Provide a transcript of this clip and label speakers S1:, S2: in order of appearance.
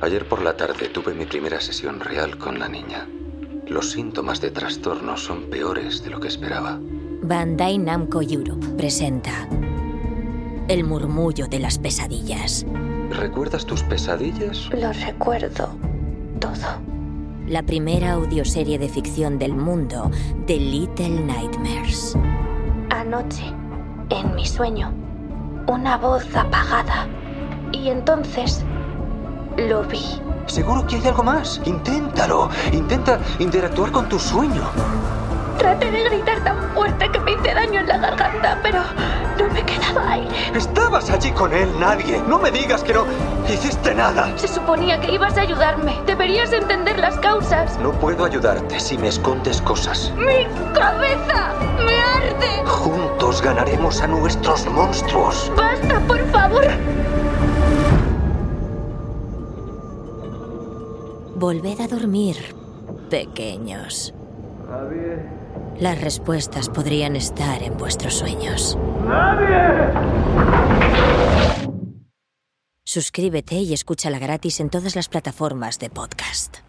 S1: Ayer por la tarde tuve mi primera sesión real con la niña. Los síntomas de trastorno son peores de lo que esperaba.
S2: Bandai Namco Europe presenta El murmullo de las pesadillas.
S1: ¿Recuerdas tus pesadillas?
S3: Lo recuerdo todo.
S2: La primera audioserie de ficción del mundo de Little Nightmares.
S3: Anoche, en mi sueño, una voz apagada. Y entonces lo vi.
S1: Seguro que hay algo más. Inténtalo. Intenta interactuar con tu sueño.
S3: Traté de gritar tan fuerte que me hice daño en la garganta, pero no me quedaba aire.
S1: Estabas allí con él, nadie. No me digas que no hiciste nada.
S3: Se suponía que ibas a ayudarme. Deberías entender las causas.
S1: No puedo ayudarte si me escondes cosas.
S3: ¡Mi cabeza! ¡Me arde!
S1: Juntos ganaremos a nuestros monstruos.
S3: ¡Basta, por favor!
S2: Volved a dormir, pequeños.
S4: Nadie.
S2: Las respuestas podrían estar en vuestros sueños.
S4: Nadie.
S2: Suscríbete y escúchala gratis en todas las plataformas de podcast.